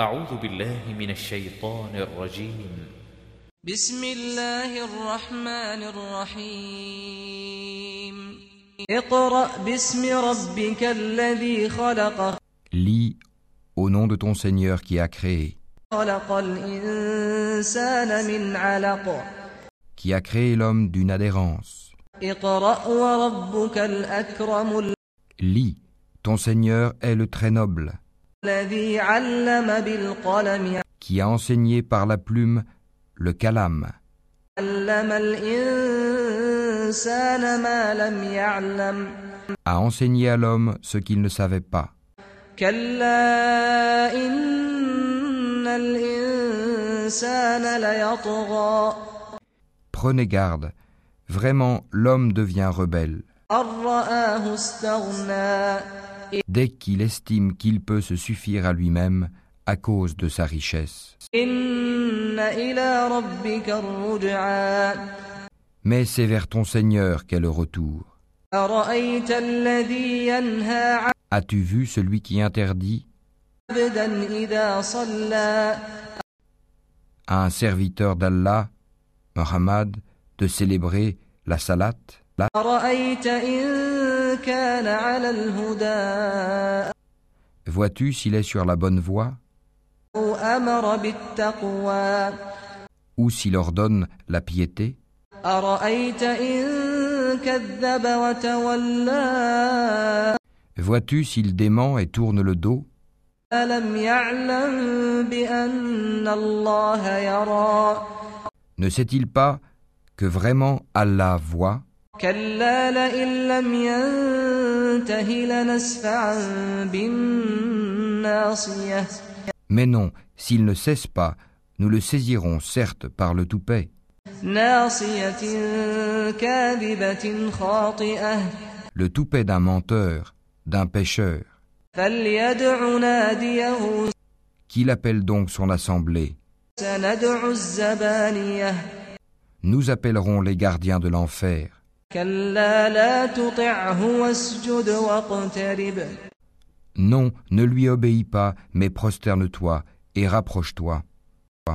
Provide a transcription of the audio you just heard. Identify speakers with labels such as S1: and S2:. S1: أعوذ بالله من الشيطان الرجيم
S2: بسم الله الرحمن الرحيم اقرأ باسم ربك الذي خلق
S3: Lis au nom de ton Seigneur qui a créé,
S2: خلق الإنسان من علق
S3: qui a créé l'homme d'une adhérence.
S2: اقرأ وربك الأكرم
S3: Lis, ton Seigneur est le très noble,
S2: الذي علم بالقلم
S3: qui a enseigné par la plume le calame,
S2: علم الإنسان ما لم يعلم
S3: a enseigné à l'homme ce qu'il ne savait pas.
S2: كلا إن الإنسان ليطغى
S3: Prenez garde, vraiment l'homme devient rebelle,
S2: أن رآه استغنى
S3: dès qu'il estime qu'il peut se suffire à lui-même à cause de sa richesse.
S2: إن إلى ربك الرجعى
S3: Mais c'est vers ton Seigneur qu'est le retour.
S2: أرأيت الذي ينهى
S3: As-tu vu celui qui interdit
S2: عبدا إذا صلى
S3: à un serviteur d'Allah, Mohammed, de célébrer la salate, la-
S2: أرأيت إن كان على الهدى
S3: vois-tu s'il est sur la bonne voie
S2: أو أمر بالتقوى
S3: ou s'il ordonne la piété
S2: أرأيت إن كذب وتولى
S3: Vois-tu s'il dément et tourne le dos
S2: ألم يعلم بأن الله يرى
S3: Ne sait-il pas que vraiment Allah voit
S2: كلا لئن لم ينته لنسفعا بالناصية
S3: Mais non, s'il ne cesse pas, nous le saisirons certes par le toupet,
S2: ناصية كاذبة خاطئة
S3: le toupet d'un menteur, d'un pécheur.
S2: فليدع ناديه
S3: Qu'il appelle donc son assemblée
S2: سندع الزبانية
S3: Nous appellerons les gardiens de l'enfer.
S2: كلا لا تطعه واسجد واقترب
S3: Non, ne lui obéis pas, mais prosterne-toi et rapproche-toi.